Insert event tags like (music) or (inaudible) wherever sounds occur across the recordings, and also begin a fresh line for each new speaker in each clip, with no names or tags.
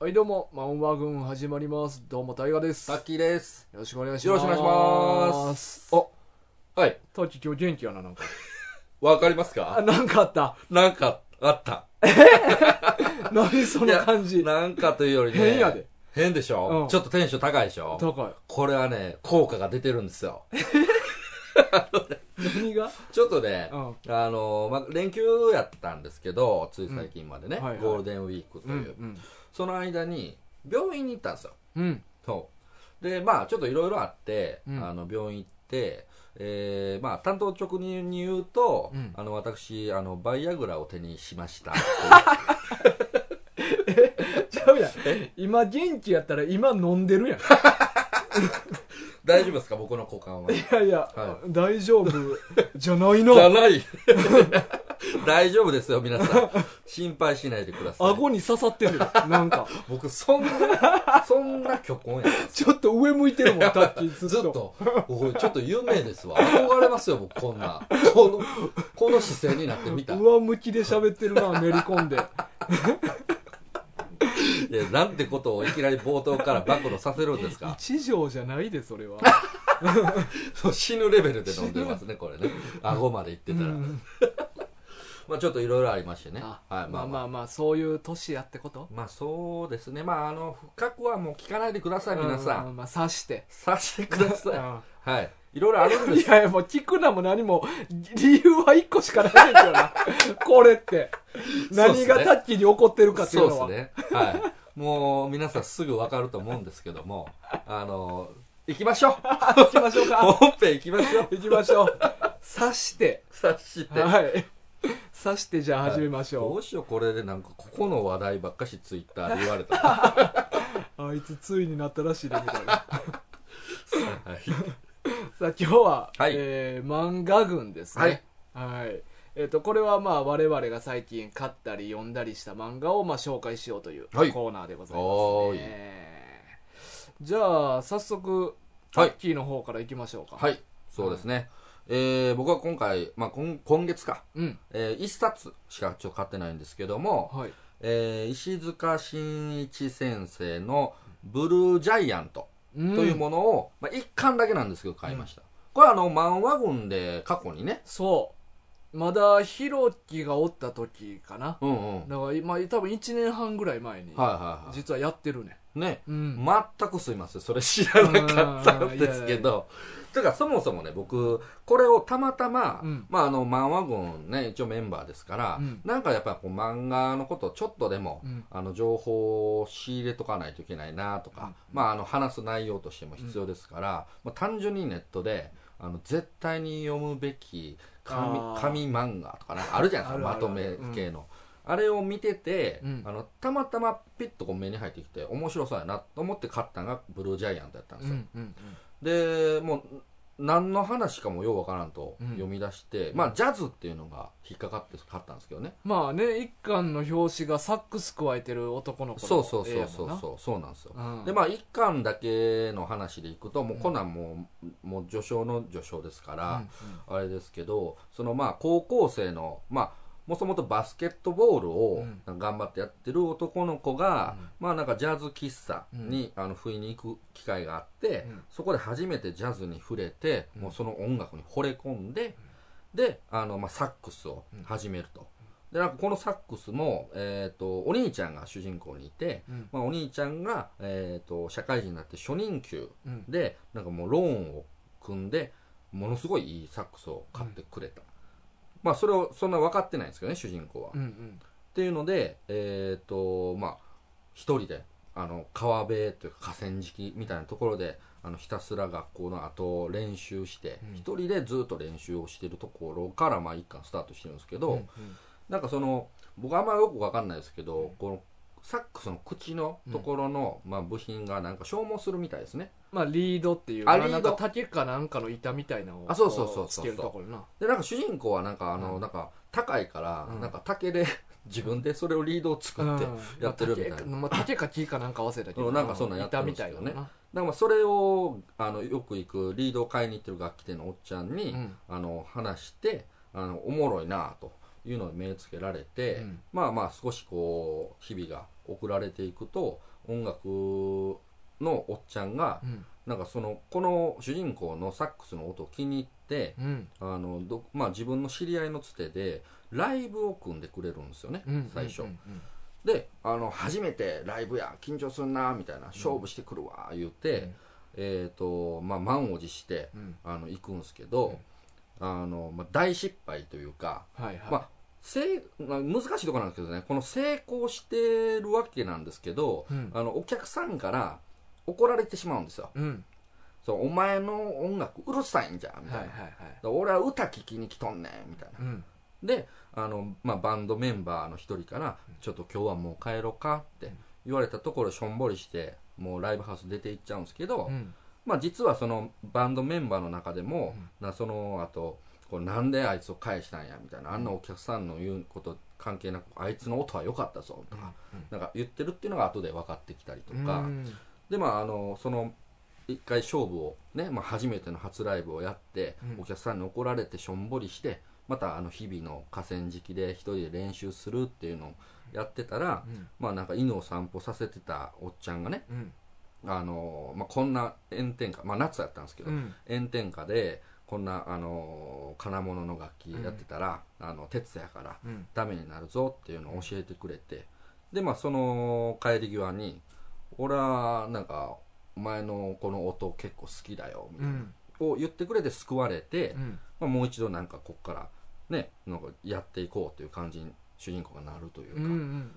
はいどうもマンワ軍始まりますどうもタイガです
タ
よ
ッキーです。
ろしくお願いします
よろしくお願いします
あ
はい。
タッチ今日元気やななんか
わかります
あ
か
なんかあった
なんか、あった。
何その感
い
じ
やなんかというよりね。
変やで。
変でしょ、
うん
ちょっとテンション高いでしょ
高い
これはね、効果が出てるんですよ。
何が
ちょっとね、
うん
あのーまあ、連休やったんですけど、つい最近までね、
うんはいはい
ゴールデンウィークという、
ん
その間に、病院に行ったんですよ。
うん
そう。で、まあ、ちょっといろいろあって、
うん
あの、病院行って、えー、まあ、担当直入に言うと、
うん
あの、私、あの、バイアグラを手にしました。
ちゃうやん今元気やったら今飲んでるやん (laughs) い
大丈夫ですか僕の股間は。じ
やいや、
は
大丈夫じゃない
ゃ
の
ない (laughs) 大丈夫ですよ、皆さん。心配しないでください。
顎に刺さってるよなんか
僕、そんな、そんな虚婚やったんです
ちょっと上向いてるもんタッチ (laughs) ずっ
ずっ
と
と、おいちょっと有名ですわ。憧れますよ、僕、こんな。この、この姿勢になってみた。い
上向きで喋ってるなめり込ん (laughs) で
やなんてことをいきなり冒頭から暴露させるんですか。
一条じゃないでそれは
そう死ぬレベルで飲んでますね、これね。顎まで行ってたら。
うん
(laughs) まあちょっといろいろありましてね。はい
あ、
まあ
ま
ま
あ
あ。
まあまあそういう年やってこと
まあそうですね。まああの、深くはもう聞かないでください、皆さん
う。まあ刺して
さしてくださ
うん
い。 (laughs) はい。いろいろあるんで
い
す。
やいやもう聞くなも何も理由は一個しかないんだよ
(laughs)
なこれって何がタッキーに怒ってるかってい
そう
う
で
の
す
は
ね。はい。もう皆さんすぐわかると思うんですけども、あの、行きましょう
行きましょうか
(laughs) 本編行きましょう
行きましょう刺して
さして。
はい刺してじゃあ始めまし
ど
ょ
うしよう、これでなんかここの話題ばっかしツイッターで言われた。は
う、あいつついになったらしいでみたいな
い。
さあ今日は、
はい
えー漫画群ですねはい、えっ、とこれはまあ我々が最近買ったり読んだりした漫画をまあ紹介しようというコ
はい
ーナーでございます
お
ね、
ー
じゃあ早速タ
はい
ッキーの方からいきましょうか
(laughs) はい。そうですね。えー、僕は今回、まあ今、今月か。
うん
えー、一冊しかちょっと買ってないんですけども、
はい
えー、石塚真一先生のブルージャイアント。
と
というものを、まあ、1巻だけなんですけど買いました、これはあの漫画群で過去にね
そうまだヒロキがおった時かな
うんうんはい
だから今多分1年半ぐらい前に
はいはい
実はやってるね
ね、
うん
全くすいませんそれ知らなかったんですけどてかそもそもね僕これをたまたま、
うん
まああの漫画群ね一応メンバーですから、
うん
なんかやっぱこう漫画のことをちょっとでも、
うん
あの情報を仕入れとかないといけないなとか、まあ、あの話す内容としても必要ですから、まあ、単純にネットであの絶対に読むべき紙
あー
紙漫画とかなんかあるじゃないですか
あ
ま
る
と
ある
め系の、あれを見てて、
うん
あのたまたまピッとこう目に入ってきて面白そうやなと思って買ったのがブルージャイアントやったん
う
ですよ、
んうん
でもう何の話かもようわからんと読み出して、まあジャズっていうのが引っかかって買ったんですけどね
まあね一巻の表紙がサックス加えてる男の子の
そうそう
絵
そ
や
うそ
もん
う
な
そうそうなんですよ、
うん
でまあ一巻だけの話でいくともうコナンも,、もう序章の序章ですから、あれですけどそのまあ高校生のまあもともとバスケットボールを頑張ってやってる男の子が、まあなんかジャズ喫茶に、あの不意に行く機会があって、
うん
そこで初めてジャズに触れて、もうその音楽に惚れ込んで、であの、まあ、サックスを始めると、でなんかこのサックスも、えー、とお兄ちゃんが主人公にいて、
うん
まあ、お兄ちゃんが、えー、と社会人になって初任給
うん
でなんかもうローンを組んでものすごいいいサックスを買ってくれた、まあそれをそんな分かってないんですけどね主人公は、
うんうん
っていうのでえっ、とまあ一人であの川辺というか河川敷みたいなところであのひたすら学校の後練習して
うん
一、人でずっと練習をしてるところからまあ一巻スタートしてるんですけど、
うん
なんかその僕あんまよく分かんないですけど、このサックスの口のところの、まあ、部品がなんか消耗するみたいですね
まあリードっていう
あ
まあ
リード
なんか竹かなんかの板みたいなのを
あそうそうそうそう
こつけるところな
でなんか主人公はなんかあの、
うん
なんか高いから、
うん
なんか竹で自分でそれをリードを作って、やってるみたいな
うんまあ竹か木かなんか合わせたけど
うんなんかそんなんやってるん
板
で
み
すけ
たい
ど
な
ね
な
なんかまあそれをあのよく行くリードを買いに行ってる楽器店のおっちゃんに、
うん
あの話してあのおもろいなというのに目つけられて、
うん
まあまあ少しこう日々が送られていくと音楽のおっちゃんが、
うん
なんかそのこの主人公のサックスの音を気に入って
うん
あのど、まあ、自分の知り合いのつてでライブを組んでくれるんですよね、
うん
最初、
うんうん
であの初めてライブや緊張すんなみたいな勝負してくるわ言って、
うん
えっ、とまあ満を持して
うん
あの行くんですけど、あのまあ、大失敗というか、
はいはい、
まあせまあ難しいところなんですけどねこの成功してるわけなんですけど、
うん
あのお客さんから怒られてしまうんですよ
うん
そうお前の音楽うるさいんじゃんみ
はい
たい
はい
な、
はい
俺は歌聴きに来とんねんみたいな
うん
であの、まあ、バンドメンバーの一人から「ちょっと今日はもう帰ろうか」って言われたところしょんぼりしてもうライブハウス出て行っちゃうんですけど、
うん
まあ、実はそのバンドメンバーの中でも、なその後こうなんであいつを返したんやみたいなあんなお客さんの言うこと関係なくあいつの音は良かったぞとか,、なんか言ってるっていうのが後で分かってきたりとか、
うん
でまああのその一回勝負をね、まあ、初めての初ライブをやって、お客さんに怒られてしょんぼりしてまたあの日々の河川敷で一人で練習するっていうのをやってたら、
うん
まあなんか犬を散歩させてたおっちゃんがね
うん
あのまあ、こんな炎天下、まあ、夏やったんですけど、
うん
炎天下でこんなあの金物の楽器やってたら、あの鉄やから
うん
ダメになるぞっていうのを教えてくれてで、まあ、その帰り際に「俺はなんかお前のこの音結構好きだよ」みた
う
いな、
ん
を言ってくれて救われて、
うん
まあ、もう一度なんかこっからねなんかやっていこうという感じに主人公がなるとい
う
うか。
んう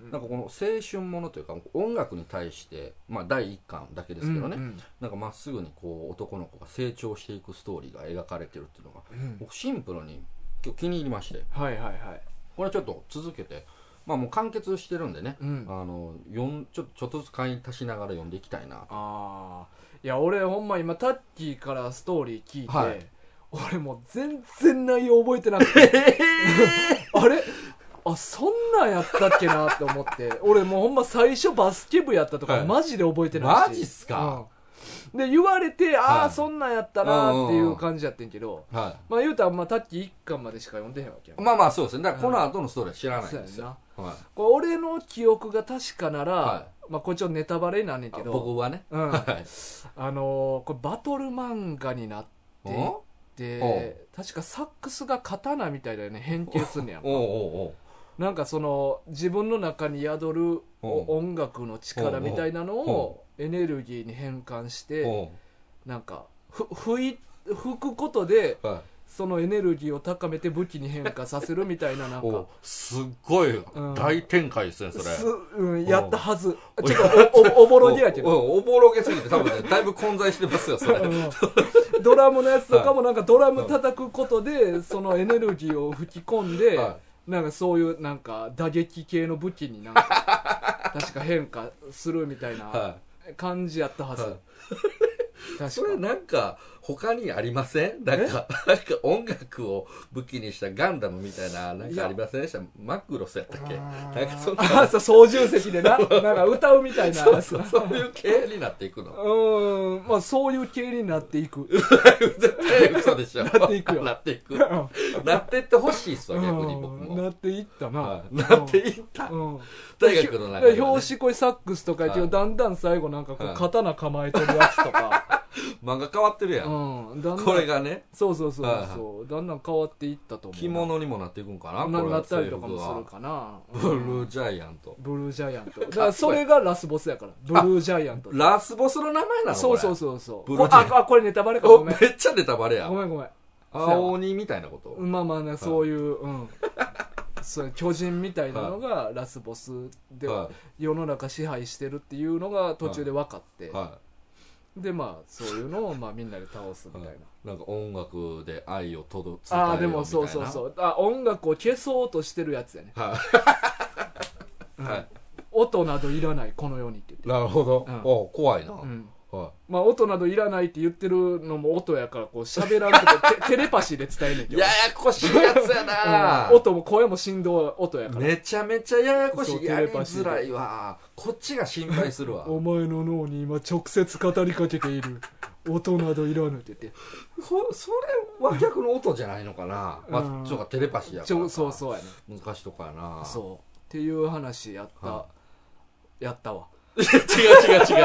ん
なんかこの青春ものというか音楽に対して、まあ、第1巻だけですけどね、
うんうん
なんかまっすぐにこう男の子が成長していくストーリーが描かれてるっていうのが
うん
僕シンプルに今日気に入りまして
はいはいはい
これちょっと続けて、まあ、もう完結してるんでね、
うん
あの読んちょちょっとずつ買い足しながら読んでいきたいな
ああいや俺ほんま今タッキーからストーリー聞いて、
はい
俺もう全然内容覚えてなく
(laughs)
てあれあそんなんやったっけなって思って俺もうほんま最初バスケ部やったとか、
はい
マジで覚えてないし
マジっすか、
うんで言われてああ、
はい
そんなんやったなーっていう感じやってんけど、
は
まあ言うたら、まあ、タッキー1巻までしか読んでへんわけやん
い、まあまあそうですねだからこの後のストーリーは知らないんです
そうやん
よ
な、
はい
これ俺の記憶が確かなら、
は
まあこれちょっとネタバレになんねん
あ
けど
僕はね、
うん
はい
あのーこれバトル漫画になってい
お
って確かサックスが刀みたいだよね変形すんねやん
(laughs) おうおう
なんかその自分の中に宿る
おう
音楽の力みたいなのをエネルギーに変換し
おう
て
お
なんかふ吹い吹くことで
うはい
そのエネルギーを高めて武器に変化させるみたいななん
お
か
うすっごい大展開ですね、それ
す、うん、やったはず
おう
ちょっとおおおぼろげやけど
おおおぼろげすぎて多分ねだいぶ混在してますよそれ
うん (laughs) ドラムのやつとかもなんかドラム叩くことでそのエネルギーを吹き込んで
は
なんかそういうなんか打撃系の武器になんか
(laughs)
確か変化するみたいな
は、
感じやったはいず
はいそれ
確か
なんか他にありませんなんかなんか音楽を武器にしたガンダムみたいななん
い
か
や
ありませんでしたマクロスやったっけなんかそんな
ああそう操縦席でななんか歌うみたいな
そうそうそういう系になっていくの
うーんまあそういう系になっていく
絶対嘘でし
(laughs)
ょ
なっていくよ
なっていく
うん
なってってほしいっすわ逆に
(laughs)
僕
うん
も
なっていったな、
はいなっていった
うん
大学の中ではね
で表紙これサックスとかやけど、
はい
だんだん最後なんかこ
は
う
い
刀構えてるやつ
(laughs)
とか、
漫画変わってるやん
うん、だんだん
これがね
そうそうそうそう、
はい
だんだん変わっていったと思う
着物にもなっていくんかな
な
これ
なったりとかもする
制
かな
服は
う
ブ
ん
ルージャイアント
ブルージャイアントだからそれがラスボスやからブルージャイアント
ラスボスの名前なの
そうそう
そ
そうそう
ブルージャイアント
こああこれネタバレか
お
ご
め
め
っ
ん
ちゃネタバレや
ごめんごめん
青鬼みたいなこと、
まあまあねそういう、うんそう巨人みたいなのがラスボスで、
は
世の中支配してるっていうのが途中で分かって、
い、は
でまあそういうのをまあみんなで倒す
い
みたいな、
なんか音楽で愛を届け
ああでもそうそうそううあ音楽を消そうとしてるやつやね
ははい
音などいらないこの世にって言って
い、なるほど、
うん
お怖いな、
うん
は
まあ音などいらないって言ってるのも音やからこう喋らんと (laughs) てテレパシーで伝えんねん
い、
けど
ややこしいやつやな、
うん音も声も振動は音やから
めちゃめちゃややこし
そう
いやり
テレパシー
づ
で
らいわこっちが心配するわ
お前の脳に今直接語りかけている音などいらぬって言って
そそれは逆の音じゃないのかな、
う
ま
ん
あ、そうかテレパシーや
ち
から
ょ
か
そうそうやね
難しいとこやな
そうっていう話やった
は
やったわ
違う違う違う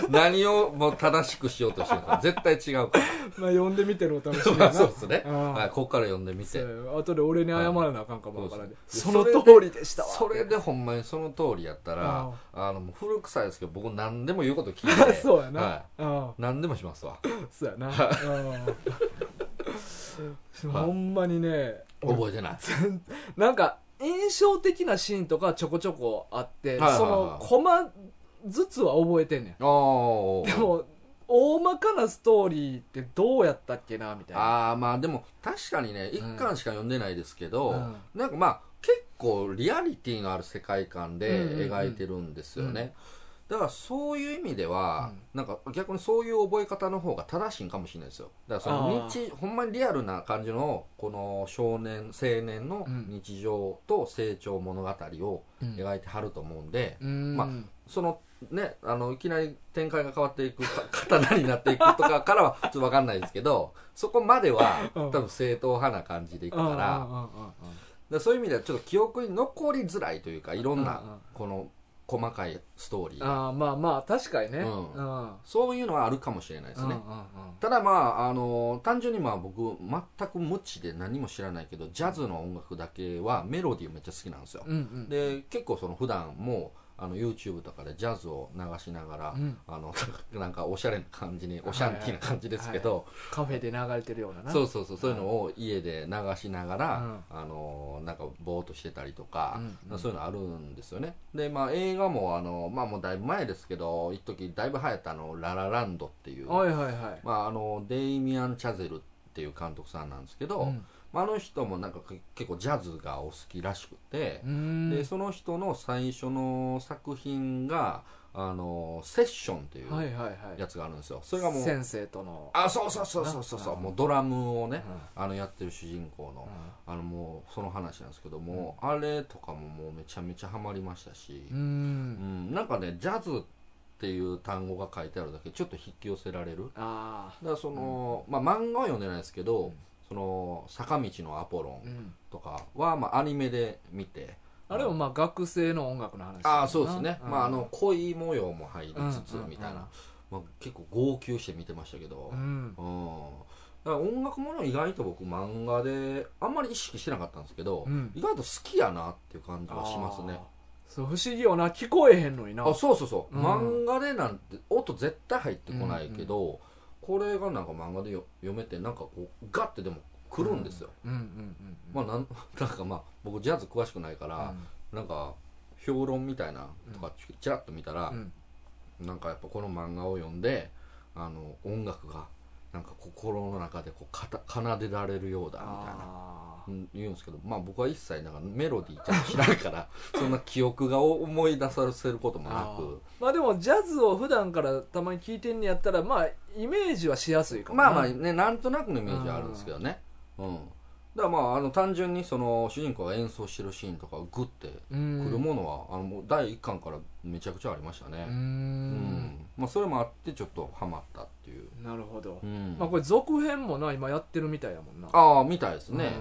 違う。 (laughs) 何をもう正しくしようとしてるか。絶対違うから。
まあ呼んでみてのお楽しみ
ま
だ (laughs)
あ
な
(laughs) そうですね。
うん
はい、ここから読んでみ
そ
て。
う後で俺に謝らなあかんかもわからんでそ
そ
うの
そう
通りでしたわ
それでほんまにその通りやったら
あ、
あの、もう古臭いですけど、僕何でも言うこと聞いて。
(laughs) そうやな、
は
うん
い。何でもします
(laughs)
わ。
そうやな (laughs) うんほんまにね
覚えてない。
なんか印象的なシーンとかちょこちょこあって、
はいはいはい
そのコマずつは覚えてんねん
あー
でも大まかなストーリーってどうやったっけなみたいな
あーまあでも確かにね1巻しか読んでないですけど、
うん
なんかまあ結構リアリティのある世界観で
うんうんうん
描いてるんですよね、だからそういう意味では、なんか逆にそういう覚え方の方が正しいんかもしれないですよだからその
あ
日ほんまにリアルな感じのこの少年青年の
うん
日常と成長物語を描いてはると思うんで、
うん
まあそのね、あのいきなり展開が変わっていくか (laughs) 刀になっていくとかからはちょっと分かんないですけどそこまでは
うん
多分正統派な感じでいく
う
から,、だ
ん
か
うんうんうん
らそういう意味ではちょっと記憶に残りづらいというかいろん
うんうん
なこの細かいストーリー
あーまあまあ確かにねう
う
んんうん
そういうのはあるかもしれないで
う
す
んう
ね、
ん
ただまあ、あの単純にまあ僕全く無知で何も知らないけどジャズの音楽だけはメロディーめっちゃ好きなんですよ、
うんうん
で結構その普段もあの YouTube とかでジャズを流しながら、
うん
あの (laughs) なんかおしゃれな感じにおシャンティーな感じですけど、
カフェで流れてるようなな
そうそうそうそういうのを家で流しながら、あのなんかぼーっとしてたりとか、
うん
そういうのあるんですよねで、まあ、映画もあの、まあ、もうだいぶ前ですけど一時だいぶ流行ったあの「ララランド」っていう、
はいはいはい
まあ、あのデイミアン・チャゼルっていう監督さんなんですけど、
うん
まあ、あの人もなんかけ結構ジャズがお好きらしくて、
うーん
でその人の最初の作品があのセッションってい
は
う
いはいはい
やつがあるんですよ、それがもう
先生との
あそうそうそうそうそうそうもうドラムをね、
う
あのやってる主人公の、あのもうその話なんですけども、あれとかももうめちゃめちゃハマりましたし、
うー
うん
ん
なんかねジャズっていう単語が書いてあるだけちょっと引き寄せられる
あ
だからその、まあ漫画は読んでないですけど、その坂道のアポロ
あう
ン
ん
とかは、まあ、アニメで見て
あれもまあ学生の音楽の話
ああそうですね、
うん
まああの恋模様も入りつつ
うんうん
みたいな、まあ、結構号泣して見てましたけど
う、ん
うんだから音楽もの意外と僕漫画であんまり意識してなかったんですけど、
うん
意外と好きやなっていう感じはしますね
そう不思議よな聞こえへんのにな
あそうそうそう、
うん
漫画でなんて音絶対入ってこないけど、これがなんか漫画でよ読めてなんかこうガッてでも来るんですよ、
うんうんうん
まあなん (laughs) なんかまあ僕ジャズ詳しくないから、なんか評論みたいなとかちらっと見たら、
うん
なんかやっぱこの漫画を読んであの音楽がなんか心の中でこうかた奏でられるようだみたいな
あ
うん言うんですけど、まあ、僕は一切なんかメロディーちゃんと知らんから (laughs) そんな記憶が思い出させることもなく
ーまあでもジャズを普段からたまに聞いてんねやったらまあイメージはしやすいかもな
まあまあねなんとなくのイメージはあるんですけどねうんだからまああの単純にその主人公が演奏してるシーンとかグッて
うん
くるものは、あのもう第1巻からめちゃくちゃありました
う
ね、うんんまあ、それもあってちょっとハマったっていう、
なるほど
うん
まあこれ続編もな今やってるみたいやもんな
ああみたいですね、だか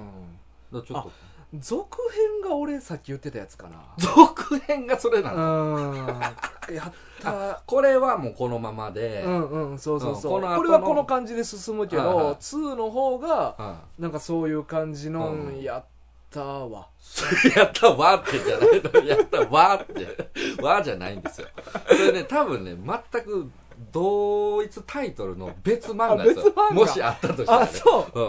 らちょっと
うん続編が俺さっき言ってたやつかな
続編がそれなの、
うんやった
これはもうこのままで、
う
うん
んうんそうそうそう
うんこの後の
これはこの感じで進むけ
はいはい
ど2の方がなんかそういう感じの
うん
んやったわ
それ (laughs) やったわってじゃないのやったわってわじゃないんですよそれね多分ね全く同一タイトルの別漫画です
あ
よ
別漫画
もしあったとしたら、ね、
あそう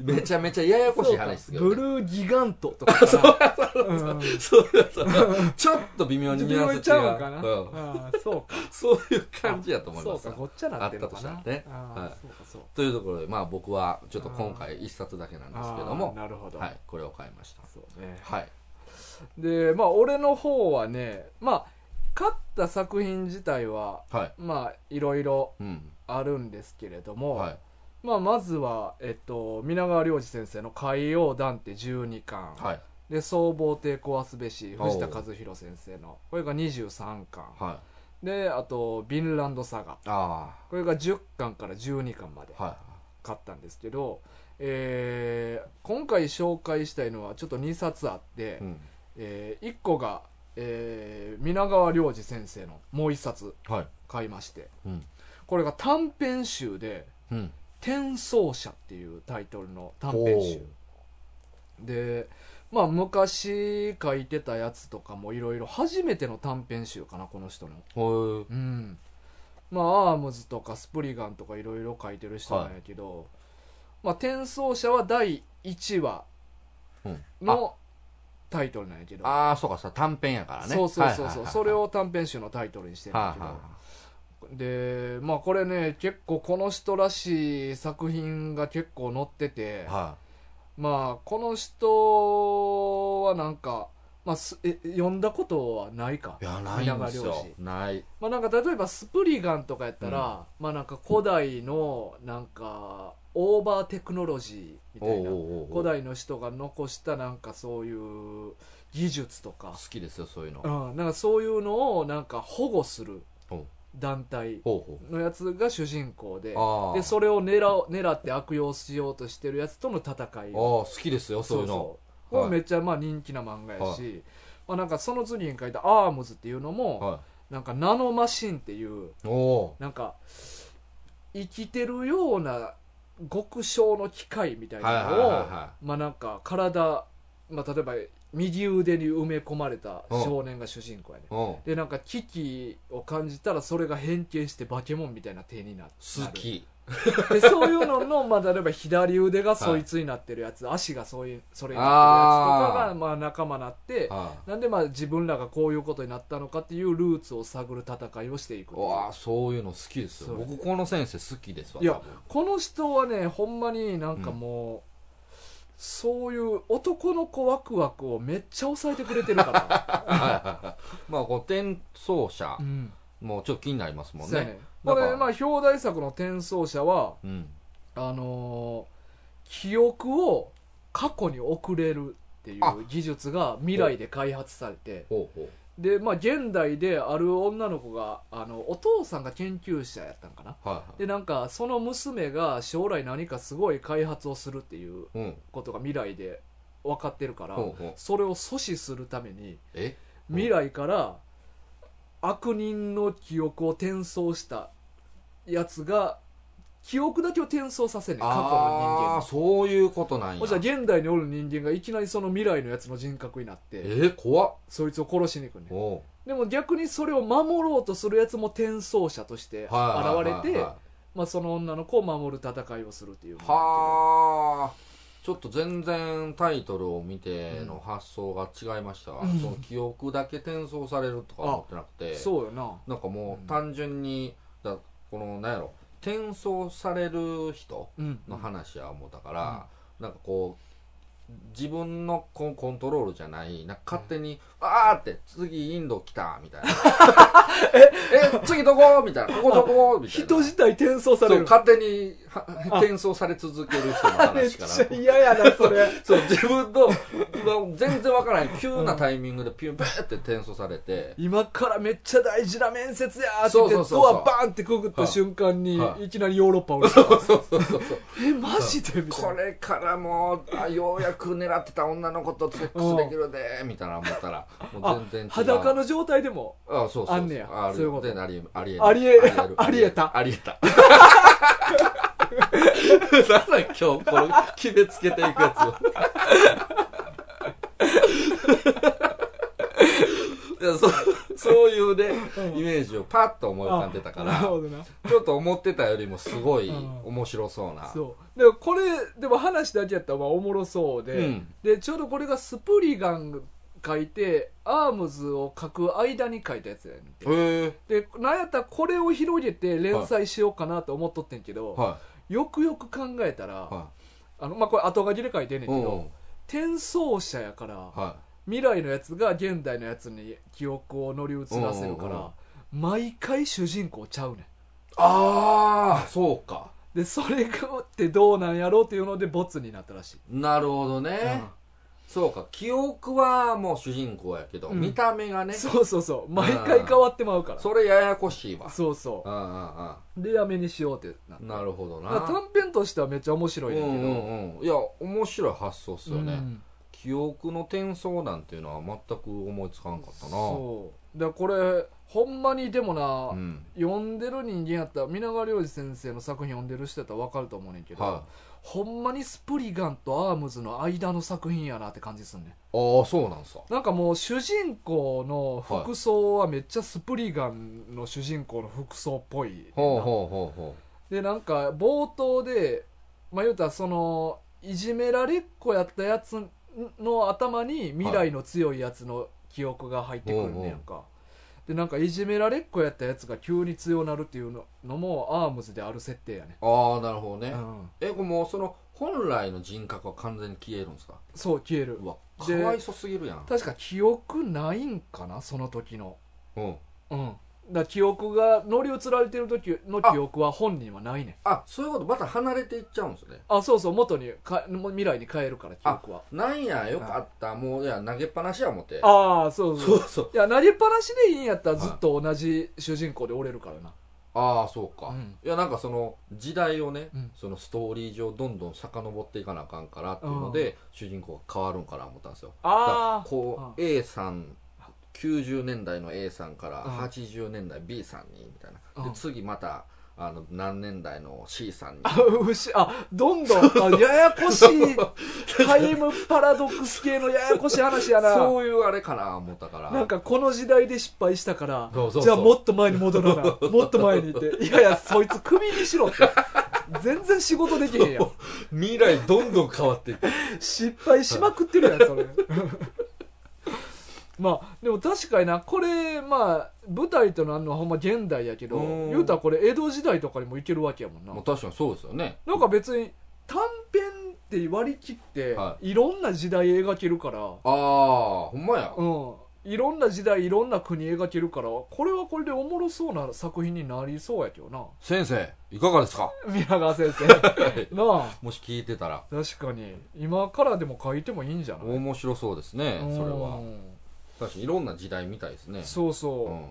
うんめちゃめちゃややこしい話ですけど、
ブ
ね、
ルーギガントと
(laughs)
かさうん
そうそうそう。ちょっと微妙にニ
微
ュア
妙
ン
に
ス
ち
違う。
ゃうかな
うん
あーそうか
そういう感じやと思い
そ
ま
う
す
か
よ。
ごっちゃなってるのか
あっ
な
たとしたらね
あ
はい
ーそうかそうか
というところで、まあ僕はちょっと今回一冊だけなんですけど
あー
も、
なるほど
はい、これを買いました。
そうね
はい。
でまあ俺の方はねまあ勝った作品自体は
はい。
まあいろいろ
うん。
あるんですけれども、
はい。
まあ、まずは、えっと、皆川亮次先生の「海洋団」って12巻、
はい。
で総合帝壊すべし
おう
藤田和弘先生のこれが23巻、
はい。
であと「ヴィンランドサガ
あ」
これが10巻から12巻まで
あ。は
買ったんですけど、えー今回紹介したいのはちょっと2冊あって、
い。うん。
え1個がえー皆川良二先生のもう一冊
はい
買いまして
うん
これが短編集で
うん
「転送者」っていうタイトルの短編集でまあ昔書いてたやつとかもいろいろ初めての短編集かなこの人の
ほう
うんまあアームズとかスプリガンとかいろいろ書いてる人なんやけど、まあ転送者は第1話
うん
のタイトルなんやけど
ああそうかさ短編やからね
そうそうそう
はいは
そ
いは
う
い
それを短編集のタイトルにしてるんだ
は
け
い
ど、
は
でまあこれね結構この人らしい作品が結構載ってて
いは
まあこの人はなんか、まあ、すえ読んだことはないか
いいやないんですよない
まあなんか例えばスプリガンとかやったら、まあなんか古代のなんかオーバーテクノロジーみたいな
おうおうおうおう
古代の人が残したなんかそういう技術とか
好きですよそういうの
う、
ほうん
なんかそういうのをなんか保護する
ほ
団体
ほ
のやつが主人公で
ああ
でそれを狙お狙って悪用しようとしてるやつとの戦い
ああ好きですよそういうの
うこれ
はい
めっちゃまあ人気な漫画やし、まあ、なんかその次に書いた「アームズ」っていうのも、
は
なんかナノマシンっていう
いおお
なんか生きてるような極小の機械みたいな
はい
の
は
を
いはいは
まあなんか体、まあ、例えば右腕に埋め込まれた少年が主人公やね
うん
でなんか危機を感じたらそれが変形して化け物みたいな手になって
好き
でそういうのの、まあ、例えば左腕がそいつになってるやつ、足がそういうそれになってるやつとか
あ
が
ー
まあ仲間になって
は
なんでまあ自分らがこういうことになったのかっていうルーツを探る戦いをしていく
いわあそういうの好きですよ
そう
僕この先生好きですわ
いや
多分
この人はねほんまになんかもう、そういう男の子ワクワクをめっちゃ抑えてくれてるから、
まあこう転送者
うん、
(laughs) もうちょっと気になりますもん
そうや
ね
ねこ
なん
れ
か
まあ表題作の転送者は
うん
あのー記憶を過去に送れるってい
あ
う技術が未来で開発されて
ほうほう
で、まあ、現代である女の子があのお父さんが研究者やったんかな
はい
でなんかその娘が将来何かすごい開発をするっていう
はいうん
ことが未来で分かってるから
ほうほう
それを阻止するために
えうん
未来から悪人の記憶を転送したやつが記憶だけを転送させんねん過去の人
あ
間
あ
に
そういうことなん
も
や
しじゃ現代におる人間がいきなりその未来のやつの人格になっ
え
て
ー怖っ
そいつを殺しに行くねん
おう
でも逆にそれを守ろうとするやつも転送者として現
はい
れ
はいはい
て
はい
まあその女の子を守る戦いをするっていう
はあちょっと全然タイトルを見ての発想が違いましたわ、
うん
その記憶だけ転送されるとか思ってなくて
そうよな
なんかも
うん
う単純にだこのなんやろ転送される人
うん
の話はもうだから、なんかこう自分のコンコントロールじゃないなんか勝手に「あーって次インド来た」みたい
(laughs)
な「ええ次どこ?」みたいな「ここどこ?」みたいな
人自体転送さ
そ
れ
う
る
勝手には転送され続ける人の
めっ
話
ち
か
ゃ
ら
嫌やなそれ
そう自分のまあ全然わからない急なタイミングでピュンピュンって転送されて
今からめっちゃ大事な面接やーって言って
そうそうそうそう
ドアバーンってくぐった瞬間に、
はい
い、きなりヨーロッパ降りた
そうそうそうそう
えマジでみたい
こ
な
れからもうあようやく狙ってた女の子とセックスできるでみたいな思ったらもう全然違う
あ裸の状態でも
あそうそうそう
あんねや
あ
そういうこと
全然ありえありえ
ありえ
る
ありえた
ありえたなんだ今日この決めつけていくやついやそうそういうね、イメージをパッと思い浮かんでたか
なる
ら
ほどな
ちょっと思ってたよりもすごい
うん
面白そうな
そうでもこれでも話だけやったらまあおもろそうで、
うん
でちょうどこれがスプリガン書いてアームズを書く間に書いたやつやねんて
へえ
でなんやったらこれを広げて連載しようかなと思っとってんけど、
は
よくよく考えたら、
いは
あのまあ、これ後書きで書いてんね
い
んけ
う
ど
ん
転送者やから、
は
未来のやつが現代のやつに記憶を乗り移らせるか
うんうんうん
ら毎回主人公ちゃうねん
いああそうか
でそれがってどうなんやろうっていうのでボツになったらしい、
なるほどね、
うん
そうか記憶はもう主人公やけど、
うん
見た目がねそ
そうそうそう毎回変わってまうから
れややこしいわ
そうそ
うんうんうん
うでやめにしようってなって
なるほどな
だから短編としてはめっちゃ面白いねんけど、
うんうんうんいや面白い発想っすよね、
うん
記記憶の転送なんていうのは全く思いつかんかったな
そうでこれほんまにでもな、
うん
読んでる人間やったら皆川亮次先生の作品読んでる人やったら分かると思うねんけど、
は
ほんまにスプリガンとアームズの間の作品やなって感じすんねん
い、ああそうなんすか
なんかもう主人公の服装はめっちゃスプリガンの主人公の服装っぽいねんな、
ほうほうほうほ
でなんか冒頭でまあ言うたらそのいじめられっ子やったやつの頭に未来の強いやつの記憶が入ってくるねやんか、でなんかいじめられっ子やったやつが急に強なるっていうののもアームズである設定やね、
うああなるほどね、
うん、
えこれもうその本来の人格は完全に消えるんですか
そう消える
うわか
で
わいそすぎるやん
確か記憶ないんかなその時の
うん
うんだから記憶が乗り移られてる時の記憶は本人はないねん
あそういうことまた離れていっちゃうんですね
あそうそう元にかもう未来に変えるから記憶は
なんやよかったもういや投げっぱなしや思って
ああーそうそう
そうそう
いや投げっぱなしでいいんやったらずっと同じ主人公でおれるからな、
ああそうか、
うん
いやなんかその時代をね、
うん
そのストーリー上どんどん遡っていかなあかんからっていうので、主人公が変わるんかな思ったんですよだからこう A さん90年代の A さんから
うん
80年代 B さんにみたいな、
うん
で次またあの何年代の C さんに
あ牛 (laughs) あどんどんあややこしいタイムパラドックス系のややこしい話やな
そういうあれかな思ったから
なんかこの時代で失敗したから
そうそうそう
じゃあもっと前に戻らなもっと前にいていやいやそいつクビにしろって全然仕事できへんやん
未来どんどん変わっていく
失敗しまくってるやんそれ (laughs) まあでも確かになこれまあ舞台となるのはほんま現代やけど
うん
言うたらこれ江戸時代とかにもいけるわけやもんな
もう確かにそうですよね
なんか別に短編って割り切って、、
はい
ろんな時代描けるから
ああほんまや、
うんいろんな時代いろんな国描けるからこれはこれでおもろそうな作品になりそうやけど
(laughs)
な
先生いかがですか
宮川先生 (laughs) なあ
もし聞いてたら
確かに今からでも書いてもいいんじゃない
面白そうですねそれは
うん
確かにいろんな時代みたいですね
そうそう、
うん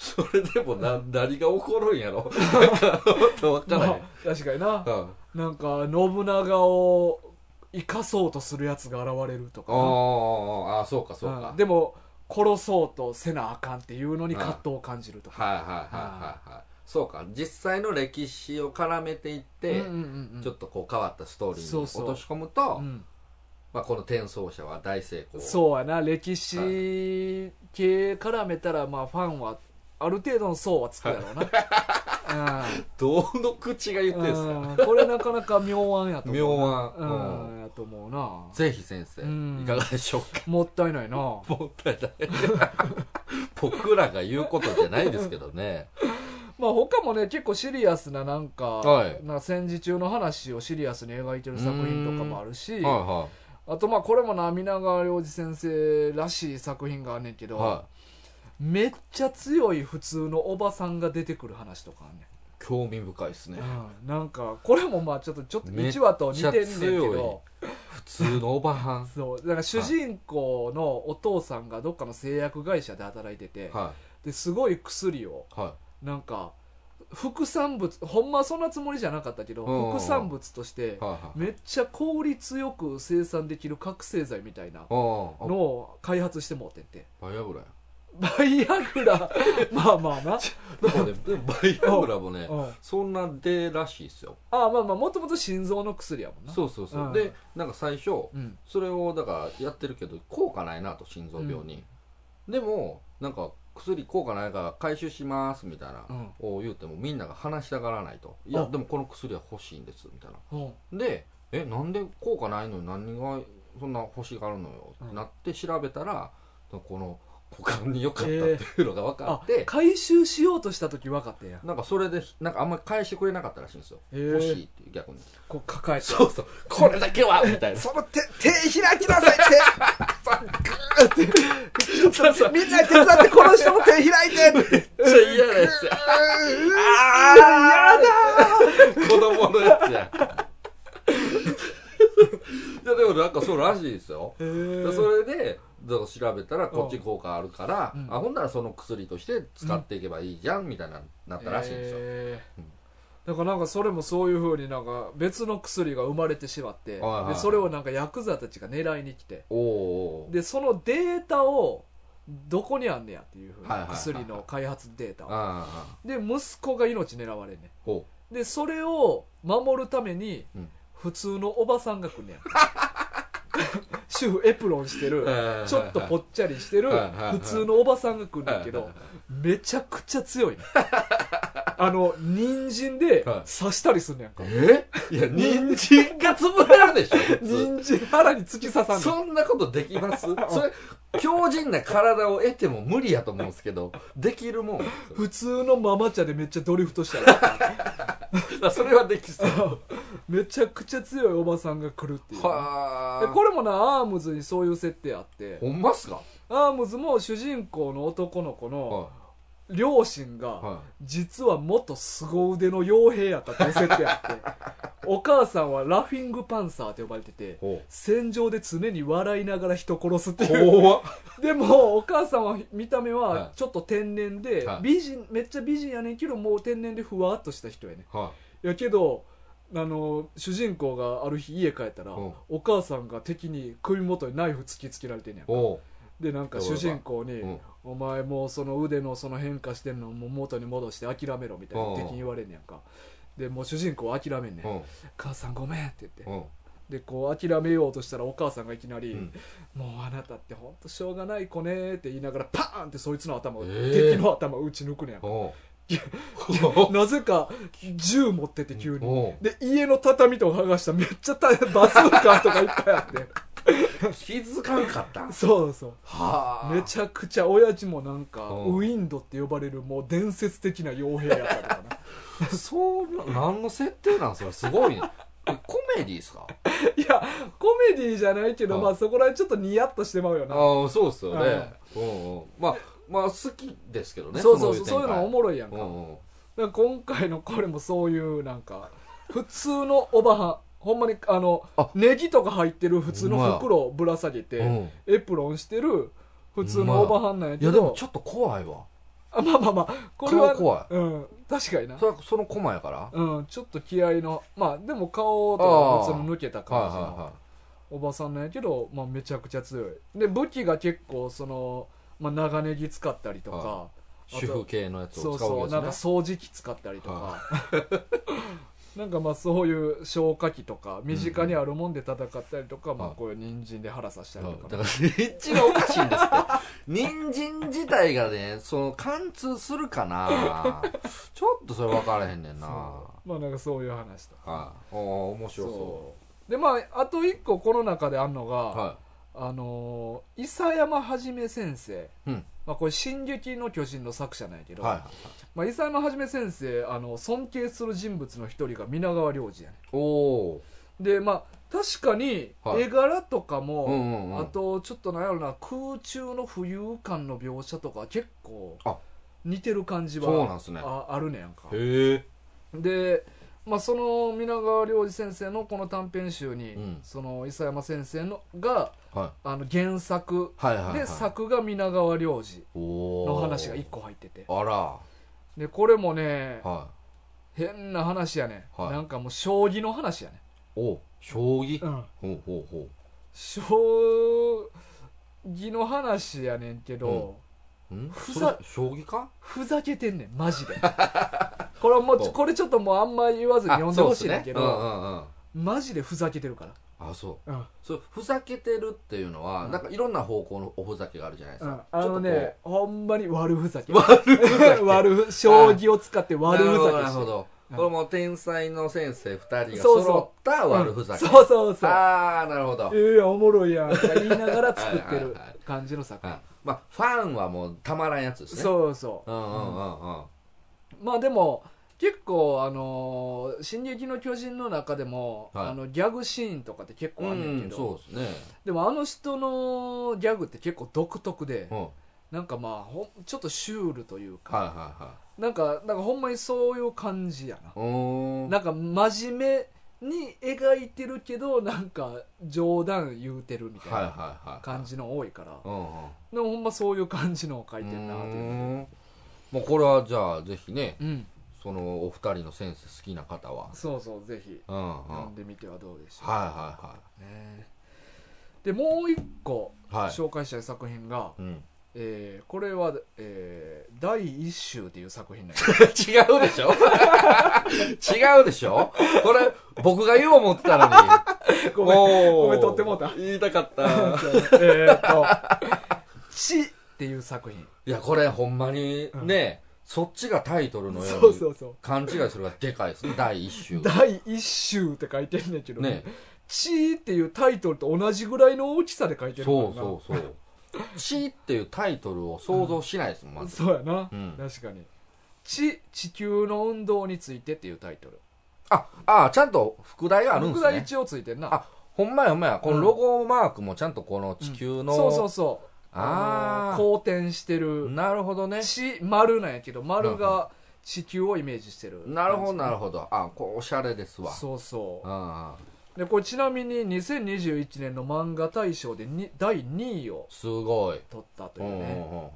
それでもな何が起こるんや
(laughs)
ろなんかもっと分からへん、
まあ確かにな
うん
なんか信長を生かそうとするやつが現れるとかな
あああそうかそうか、
うんでも殺そうとせなあかんっていうのに葛藤を感じるとか、
はいはいはいはいはいそうか実際の歴史を絡めていって、
うんうんうん
ちょっとこう変わったストーリーに
そう
落
そう
とし込むと
うん
まあ、この転送者は大成功
そうやな歴史系絡めたらまあファンはある程度の層はつくやろうな、
どの口が言っ
う
てるんですか
ん、うん、これなかなか妙案やと思う
妙
う
案、うん
んやと思うな
ぜひ先生、
うん
いかがでしょうか
もったいないな
(laughs) もったいない僕らが言うことじゃないですけどね
まあ他もね結構シリアスななんか,、
はい
なんか戦時中の話をシリアスに描いてる作品とかもあるし、
はいは
あとまあこれもな皆川亮次先生らしい作品があんねんけ
い
ど、
はい
めっちゃ強い普通のおばさんが出てくる話とかあんね
興味深いですね
ん、うんなんかこれもまあちょっとちょっと
めっち
1
ゃ
話と似てんねんけど
普通のお
(laughs)
ばはん
そうだから主人公のお父さんがどっかの製薬会社で働いてて、
は
ですごい薬を
いは
なんか副産物ほんまはそんなつもりじゃなかったけど、
うん
副産物として
いはいはい
めっちゃ効率よく生産できる覚醒剤みたいな
あああ
のを開発してもうてんて
バイアグラや
バイアグ
(laughs)
ラまあまあな、
もうねでもバイアグラもね
うん
そんな出らしいですよ
ああまあまあもともと心臓の薬やもんなう、
そうそうそう、
ん
でなんか最初
ん、
それをだからやってるけど効果ないなと心臓病に、でもなんか薬効果ないから回収しますみたいな、
うん
を言うてもみんなが話したがらないといや
あ
でもこの薬は欲しいんですみたいな
うん
でえなんで効果ないのに何がそんな欲しがるのよ
うん
ってなって調べたら、この股間に良かったっていうのが分か
あ
って、
回収しようとした時分かってんや
なんかそれでなんかあんまり返してくれなかったらしいんですよ、
へー
欲しいって逆に
こう抱えて
そ
(laughs)
うそうこれだけはみたいな
その手手開きな
(laughs)
さい手みんな手伝ってこの人の手
(laughs)
開いてって
めっちゃ嫌なやつや
ああ
(laughs) 子供のやつやいやでもなんかそうらしいですよ、
や
で
だ
それでだから調べたらこっち効果あるから、
うん
あほんならその薬として使っていけばいいじゃんみたいななったらしいんですよ、
えだからなんかそれもそういうふうになんか別の薬が生まれてしまって、
はいはい
でそれをなんかヤクザたちが狙いに来て
おお
でそのデータをどこにあんねやっていうふうに、
はいはいはいはい
薬の開発データを
ああ
で息子が命狙われんね
ほ
んでそれを守るために
うん
普通のおばさんが来ん
(laughs)
ねや主婦エプロンして
う
るちょっとぽっちゃりしてる
はいはいはい
普通のおばさんが来んねんけ
は
ど
い
めちゃくちゃ強いね (laughs) あの人参で
は
刺
い
したりすんねやんか
えいや人参が潰れるでしょ普通
人参腹に突き刺さんねん
そんなことできますそれ強靭な体を得ても無理やと思うんですけどできるもんそれ
普通のママ茶でめっちゃドリフトしたら (laughs)
それはできそう
めちゃくちゃ強いおばさんが来るっていうね
は
で
あ
これもなアームズにそういう設定あって
ほんまっすか
アームズも主人公の男の子の
は
両親
い
が
は
実は元凄腕の傭兵やったっていう設定あ
(laughs)
ってお母さんはラフィングパンサーと呼ばれてて
いほ
戦場で常に笑いながら人殺すって
う
いう
怖っ
でもお母さんは見た目
は
はいちょっと天然で
はい
美人めっちゃ美人やねんけどもう天然でふわっとした人やね
はい
やけどあの主人公がある日家帰ったら
うん
お母さんが敵に首元にナイフ突きつけられてんねやん
おう
でなんか主人公に
うん
「お前もうその腕のその変化してんのもう元に戻して諦めろ」みたい
うん
な敵に言われんねやんかでもう主人公は諦めんね
うんん
「母さんごめん」って言って
うん
でこう諦めようとしたらお母さんがいきなり
うん
「もうあなたってほんとしょうがない子ね」って言いながらパーンってそいつの頭を
えー
敵の頭を打ち抜くねやんか
おう
いや
おう
なぜか銃持ってて急に
おう
で家の畳とか剥がしためっちゃ大変バズーカとかいっぱいあ
(laughs)
って
気づかんかったん
そうそう
はあ
めちゃくちゃ親父もなんか
うん
ウィンドって呼ばれるもう伝説的な傭兵やったとか
(laughs)
な
そうな何の設定なんそれすごいねえコメディーっすか
いやコメディじゃないけど
うん
まあそこら辺ちょっとニヤッとしてまうよな
ああそうっすよねうんうんまあまあ好きですけどね
そうそうそうそう
そ
いううのお
の
もろいやんか
展開
だ
う
か
ん
ら今回の
うん
これもそういうなんか普通のおばはんほんまにあの
あ
ネギとか入ってる普通
ほんま
の
や
袋をぶら下げて、
うん
エプロンしてる普通のおばはんなんや
い
け
や
ど
でもちょっと怖いわ
あまあまあまあこれ
顔
は
怖い
うん確かにな
それはそのコマやからはい
うんちょっと気合いのまあでも顔とか別の抜けた感じの
は
おばさんなんやけど、まあ、めちゃくちゃ強いで武器が結構その、まあ、長ネギ使ったりとか、
は
あ
い
と
はい主婦系のやつ
そ
を
う
使う
そう、
わけ
なんか
ですね
掃除機使ったりとか、 (laughs) なんかまあそういう消火器とか身近にあるもんで戦ったりとか、まあ
はい
こういう人参で腹刺したりと
はい
か
だから立地がおかしいんですって人参自体がねその貫通するかなちょっとそれ分からへんねんな
そうまあなんかそういう話とか
はいおー面白そ
でまああと一個この中であんのが、
うは
あのー、伊佐山はじめ先生、
うん
まあ、これ「進撃の巨人」の作者なんやけ
い
ど、
はい
まあ、伊佐山はじめ先生あの尊敬する人物の一人が皆川良二やね
おお
んでまあ確かに
はい
絵柄とかも、
うんうんうん
あとちょっとなんやろな空中の浮遊感の描写とか結構
あ
似てる感じは
そうなんすね
ああるねやんか
へえ
で、まあ、その皆川良二先生のこの短編集に、
うん
その伊佐山先生のが
はい
あの原作
はいはいはい
で作が皆川良二の
の
話が1個入ってて
あら
でこれもね
は
変な話やね、
はい
なんかもう将棋の話やね、
いお将棋
うん、
ほうほうほ
将棋の話やねんけど、
ううん
ふ
それ
ざ
将棋か
ふざけてんねんマジ
(laughs)
でこれはもうちょこれちょっともうあんま言わずに読んでほしいねんけど、
あそうっすねうんうんうん
マジでふざけてるか
あそう
ら、うん
それふざけてるっていうのは、
うん
なんかいろんな方向のおふざけがあるじゃないです
う
か、
ん、あのねほんまに悪ふざけ
悪ふざ
(laughs)
け
悪ふ将棋を使って悪ふざ
な
け
る
して
ほど
うん
これも天才の先生2人が
そうそう
揃った悪ふざけ、
うんそうそうそう
ああなるほど、
ええやんおもろいやんとか言いながら作って
はい
る
はいはい
感じの作
はい
品
まあファンはもうたまらんやつですねう
そうそ
うんうんうんうん
うまあでも結構あのー進撃の巨人」の中でも、
はい
あのギャグシーンとかって結構あんねんけど、
そうですね、
でもあの人のギャグって結構独特で、
うん、はい
なんかまあほんちょっとシュールというか、
はいは
なんかなんかほんまにそういう感じやな、
いうーん
なんか真面目に描いてるけどなんか冗談言うてるみたい
はい
な
はいはい
感じの多いから、
うんうん
でもほんまそういう感じのを描いてるなという
もうこれはじゃあぜひね
うん
そそのお二人の先生好きな方は
そうそうぜひ
うんうん
読
は
ん
い
でみてはどうでしょうか、
は
ねでもう一個
いはいはい
紹介したい作品が、
うん、 (laughs)
えーこれは、えー第一集っていう作品なんです
(laughs) 違うでしょ違うでしょこれ僕が言おう思ってたのに
(laughs) ごめん
おー
ごめん取ってもうた
言いたかった
(laughs) えーっと「地」っていう作品
いやこれほんまにね、そっちがタイトルのよ
そうう
に
そうそう
勘違いするがでかいで
(laughs)
すね第一週
第一集って書いてんねんけど
ね
「地」っていうタイトルと同じぐらいの大きさで書いてるから
そ
な
うそうそう「地」っていうタイトルを想像しないですもんまず
そうやな、
うん
確かに「地地球の運動について」っていうタイトル
ああちゃんと副題があるんで
僕
す
ら
ね
一応ついてんな
あほんまやほんまやこのロゴマークもちゃんとこの地球の、
そうそうそう
あ
の
ー
公転してる
なるほどね
地丸なんやけど丸が地球をイメージしてる
なるほどなる
ほ
ほどあこうおしゃれですわ
そうそ
あ
うでこれちなみに2021年の漫画大賞でに第2位を
すごい
取ったと
う
いうん
う
ね、
んうん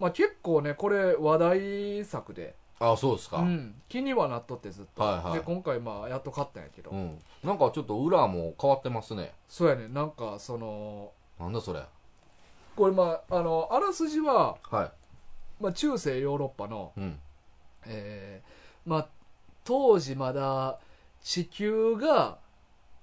まあ、結構ねこれ話題作で、
あそうですか、
うん、気にはなっとってずっと、
はいはい
で今回まあやっと勝ったんやけど、
うん、なんかちょっと裏も変わってますね
そうやねなんかその
なんだそれは
これまああのあらすじは、
い
まあ、中世ヨーロッパの、
うん
えーまあ、当時まだ地球が、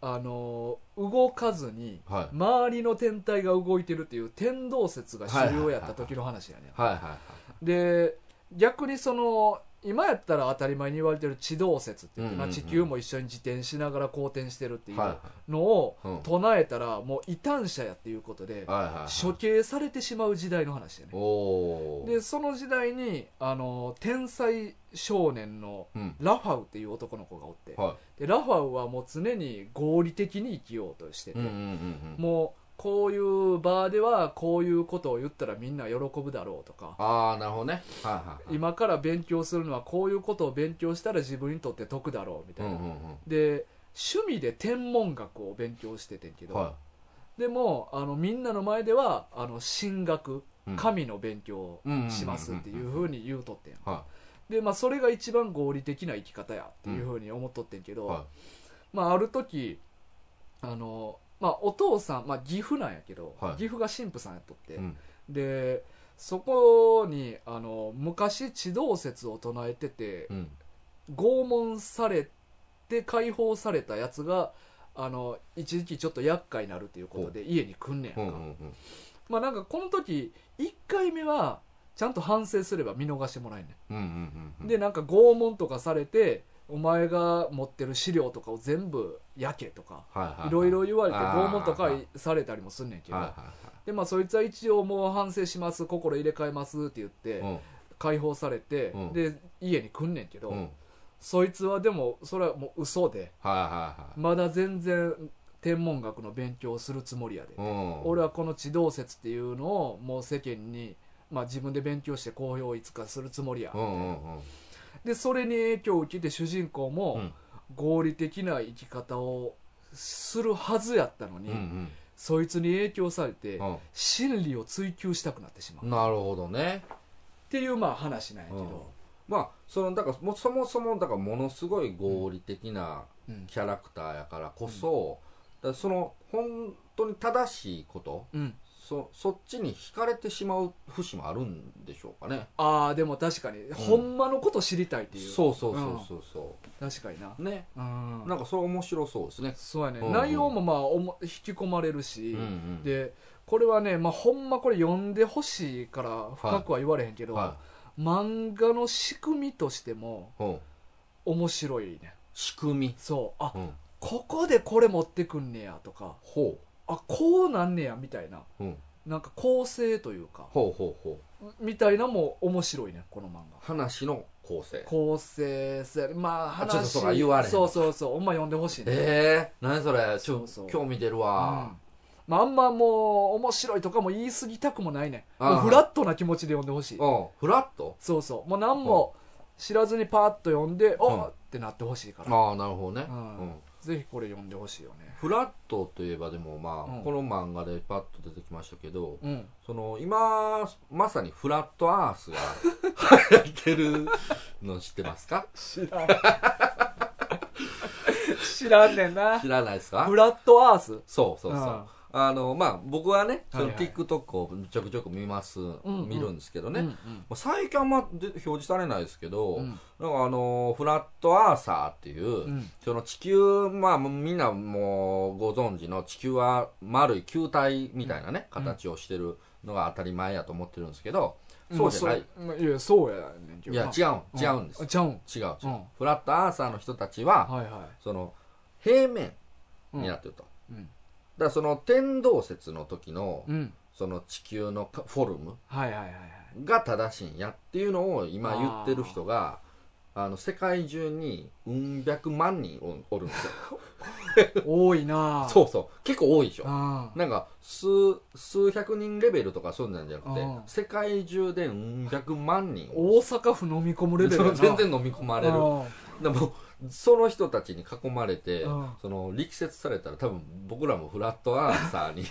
あのー動かずに
はい
周りの天体が動いてるっていう天動説が主流やった時の話やね、
はいはいはい
で逆にその今やったら当たり前に言われてる地動説って言ってな、
うんうんうん
地球も一緒に自転しながら公転してるっていう
はい
のを
はいうん
唱えたらもう異端者やっていうことで
はいはいはい
処刑されてしまう時代の話やね
おお
でその時代にあの天才少年の
うん
ラファウっていう男の子がおって
は
でラファウはもう常に合理的に生きようとして
い
て、
うんうんうんうん
もうこういう場ではこういうことを言ったらみんな喜ぶだろうとか
ああなるほどねはいはいはい
今から勉強するのはこういうことを勉強したら自分にとって得だろうみた
う
い
ん
な、
うん
で趣味で天文学を勉強しててんけ
うん
ど、
は
でもあのみんなの前ではあの神学
いうん
神の勉強を
うん
しますっていうふうに言うとってんやん
は
で、まあ、それが一番合理的な生き方やっていうふうに思っとってんけど、
いは
まあ、ある時あの、まあ、お父さん、まあ、義父なんやけど、
はい
義父が神父さんやっとって、
いうん
でそこにあの昔地動説を唱えてて
うん
拷問されて解放されたやつがあの一時期ちょっと厄介になるということで家に来んね
うんん
やん
う
か、
んうん
まあなんかこの時1回目はちゃんと反省すれば見逃してもらえんねん
うんうんうん
でなんか拷問とかされてお前が持ってる資料とかを全部焼けとか
はいはいはい
いろいろ言われて
あー
拷問とかされたりもすんねんけど、
はいはい
でまあ、そいつは一応もう反省します心入れ替えますって言って、
はい
解放されて、
うん
で家に来んねんけど、
うんうんはい
そいつはでもそれはもう嘘で
はいはい
まだ全然天文学の勉強をするつもりやで、
うん
俺はこの地動説っていうのをもう世間に、まあ、自分で勉強して公表をいつかするつもりや、
うんうんうん
でそれに影響を受けて主人公も、
うん
合理的な生き方をするはずやったのに、
うんうん
そいつに影響されて、
うん
真理を追求したくなってしまう、っ
なるほどね
ていうまあ話なんやけ
うん
ど、
まあそのだからもうそもそもだからものすごい合理的な
うん
キャラクターやからこそ、だからその本当に正しいこと
うん
そそっちに惹かれてしまう節もあるんでしょうかね
ああでも確かに、ほんまのこと知りたいっていう
そうそうそうそうそ
確かにな
う、ね
うん
なんかそれ面白そうですね
そうやね、
うん
内容もまあおも引き込まれるし、
うんうん
でこれはね、まあ、ほんまこれ読んでほしいから深くは言われへんけど、
は
漫画の仕組みとしても
い、うん、
面白いね
仕組み、
そうあ
うん、
ここでこれ持ってくんねやとか
ほ
あこうなんねやみたいな
う、うん、
なんか構成というか
ほうほうほう
みたいなも面白いねこの漫画
話の構成
構成せまあ
あちょっと
話
そうか言われへん
そうそうそうほんま読んでほしいね、
ええー、何それちょ
そうそう
興味出る
うん
わ、
まあ、あんまもう面白いとかも言い過ぎたくもないね
あー
もうフラットな気持ちで読んでほしい
うん、フラット
そうそうもう何も知らずにパーッと読んで
う
お
ん
っってなってほしいから
ああなるほどね、
うん
うん
ぜひこれ読んでほしいよね
フラットといえばでもまあ、
うん
この漫画でパッと出てきましたけど、
うん
その今まさにフラットアー
(laughs)
スが流行ってるの知ってますか
知らん (laughs) 知らんねんな
知らないですか
フラットアース
そうそうそう
うん
あのまあ僕はねそ
は
の
いはい
TikTok をちょくちょく見ます、
んうん
見るんですけどね、
うん
まあ最近あんまで表示されないですけど、
うん
なんかあのフラットアーサーっていう、
うん
その地球、まあもうみんなもうご存知の地球は丸い球体みたいなね、形をしてるのが当たり前やと思ってるんですけど、そうじゃない。
まあいやそうやねんけ
い
どな
や、違うん、違うんです。
あ違うん
違う、違う
うん。
フラットアーサーの人たちは、
はいは
その、平面
い
になってると。
うん
だからその天動説の時の
う、ん
その地球のかフォルム
はいはいはいはい
が正しいんやっていうのを今言ってる人が、あの、世界中に、うん、百万人おおるんです
(laughs)
よ。
多いな
そうそう。結構多いでしょ。
あ
なんか数数百人レベルとかそうなんじゃなくて
うん
世界中でうん百万人
大阪府飲み込むレベル
そ
や
の
な
(laughs) 全然飲み込まれる
あ
でもその人たちに囲まれて
うん
その力説されたら多分僕らもフラットアーサ
(laughs)
ーに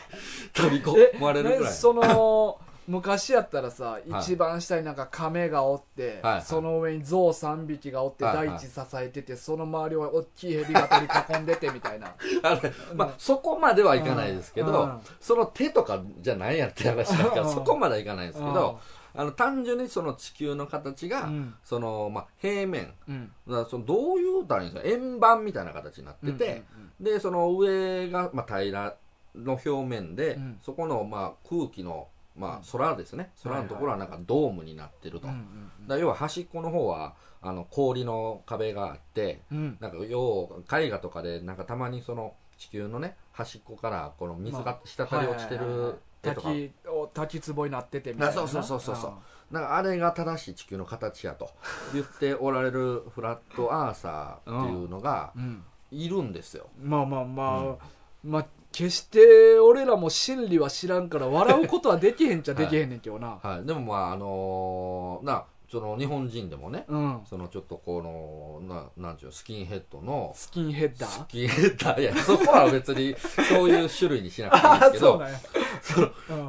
飛び込まれるぐ
ね
らい
その昔やったらさ
い
一番下になんか亀がおって、
はいはい
その上に象3匹がおって、
はいはい
大地支えててその周りを大きい蛇が取り囲んでてみたいな
あれ (laughs) まあそこまではいかないですけ
うんう
ど
ん
その手とかじゃないやって話だから
(laughs) うん
そこまではいかないですけどあの単純にその地球の
う
形が
ん
そのまあ平面
うん
だからそのどういう単位ですか円盤みたいな形になってて、でその上が、まあ、平らの表面で、
うん
そこの、まあ、空気の、ま
うん
あ、空ですね空のところはなんかドームになってると、
うんうん
だから要は端っこの方はあの氷の壁があって
うんうん
なんか要は絵画とかでなんかたまにその地球のね端っこからこの水が、
まあ
滴り落ちてる絵とか、
滝を滝壺になっててみたいな
あそうそうそうそうそうなんかあれが正しい地球の形やと言っておられるフラットアーサーっていうのが
うんうん
いるんですよ。
まあまあまあ、まあ決して俺らも真理は知らんから笑うことはできへんちゃできへんねんけどな、
はい、でもまああのーなその日本人でもね
うん
そのちょっとこのななんていうのスキンヘッドの
スキンヘッダ
ス
ー
キンヘッダーいやそこは別にそういう種類にしなくていいんですけ
そう
ど
なんや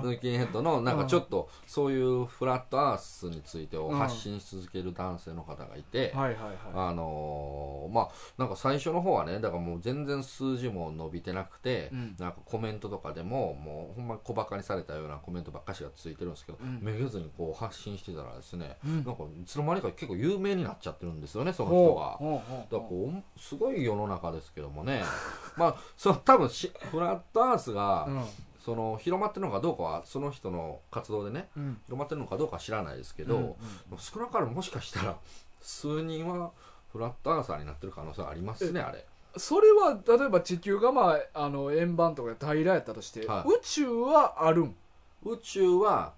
うん
スキンヘッドのなんかちょっとそういうフラットアースについてを発信し続ける男性の方がいて、
はいはいは
あのーまあなんか最初の方はねだからもう全然数字も伸びてなくて、
うん
なんかコメントとかでももうほんまに小バカにされたようなコメントばっかしがついてるんですけど、
うん
めげずにこう発信してたらですね、
うん
なんかいつの間にか結構有名になっちゃってるんですよねそ
い
の人が。
ほうほう
だ
ほう
からこうすごい世の中ですけどもね (laughs) まあその多分しフラットアースが、
うん
その広まってるのかどうかはその人の活動でね
うん
広まってるのかどうかは知らないですけど、
うんうん
少なからずもしかしたら数人はフラットアーサーになってる可能性ありますねあれ
それは例えば地球がまああの円盤とかで平らやったとして、
はい
宇宙はあるん
宇宙は